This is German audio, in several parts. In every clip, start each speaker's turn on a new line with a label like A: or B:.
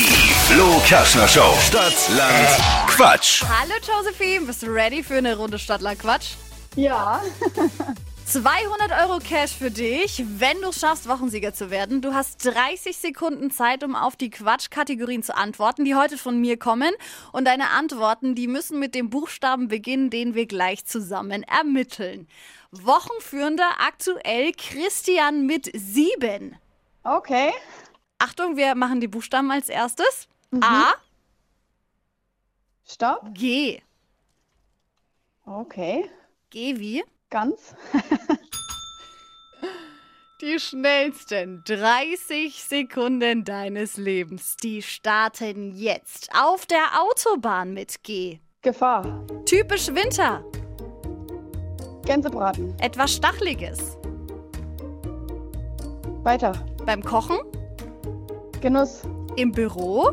A: Flo Kerschner Show. Stadt, Land, Quatsch.
B: Hallo Josephine, bist du ready für eine Runde Stadtland Quatsch?
C: Ja,
B: 200 Euro Cash für dich, wenn du es schaffst, Wochensieger zu werden. Du hast 30 Sekunden Zeit, um auf die Quatschkategorien zu antworten, die heute von mir kommen. Und deine Antworten, die müssen mit dem Buchstaben beginnen, den wir gleich zusammen ermitteln. Wochenführender aktuell Christian mit sieben.
C: okay.
B: Achtung, wir machen die Buchstaben als erstes. A,
C: Stopp.
B: G.
C: Okay.
B: G wie?
C: Ganz.
B: Die schnellsten 30 Sekunden deines Lebens, die starten jetzt auf der Autobahn mit G.
C: Gefahr.
B: Typisch Winter,
C: Gänsebraten.
B: etwas Stacheliges.
C: Weiter.
B: Beim Kochen,
C: Genuss.
B: im Büro,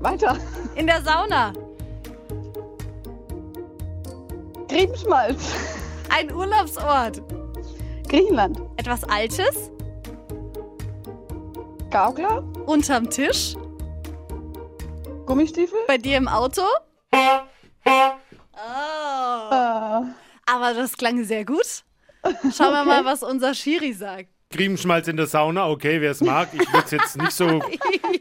C: Weiter.
B: in der Sauna.
C: Griebenschmalz.
B: Ein Urlaubsort,
C: Griechenland.
B: etwas Altes,
C: Gaukler.
B: unterm Tisch,
C: Gummistiefel.
B: bei dir im Auto. Oh.
C: Äh,
B: Aber das klang sehr gut. Schauen wir mal, was unser Schiri sagt.
D: Griebenschmalz in der Sauna, okay, wer es mag. Ich würde es jetzt nicht so.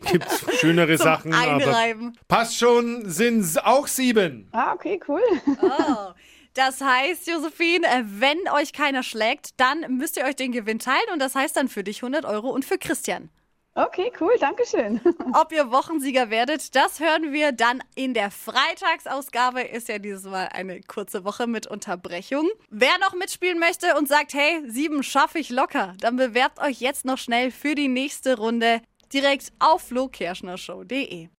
D: Gibt's schönere Sachen, aber.
B: Einreiben.
D: Passt schon, sind's auch sieben.
C: ah, okay, cool.
B: Oh. Das heißt, Josephine, äh, wenn euch keiner schlägt, dann müsst ihr euch den Gewinn teilen und das heißt dann für dich 100 Euro und für Christian.
C: Okay, cool. Dankeschön.
B: Ob ihr Wochensieger werdet, das hören wir dann in der Freitagsausgabe. Ist ja dieses Mal eine kurze Woche mit Unterbrechung. Wer noch mitspielen möchte und sagt, hey, sieben schaffe ich locker, dann bewerbt euch jetzt noch schnell für die nächste Runde direkt auf flokerschnershow.de.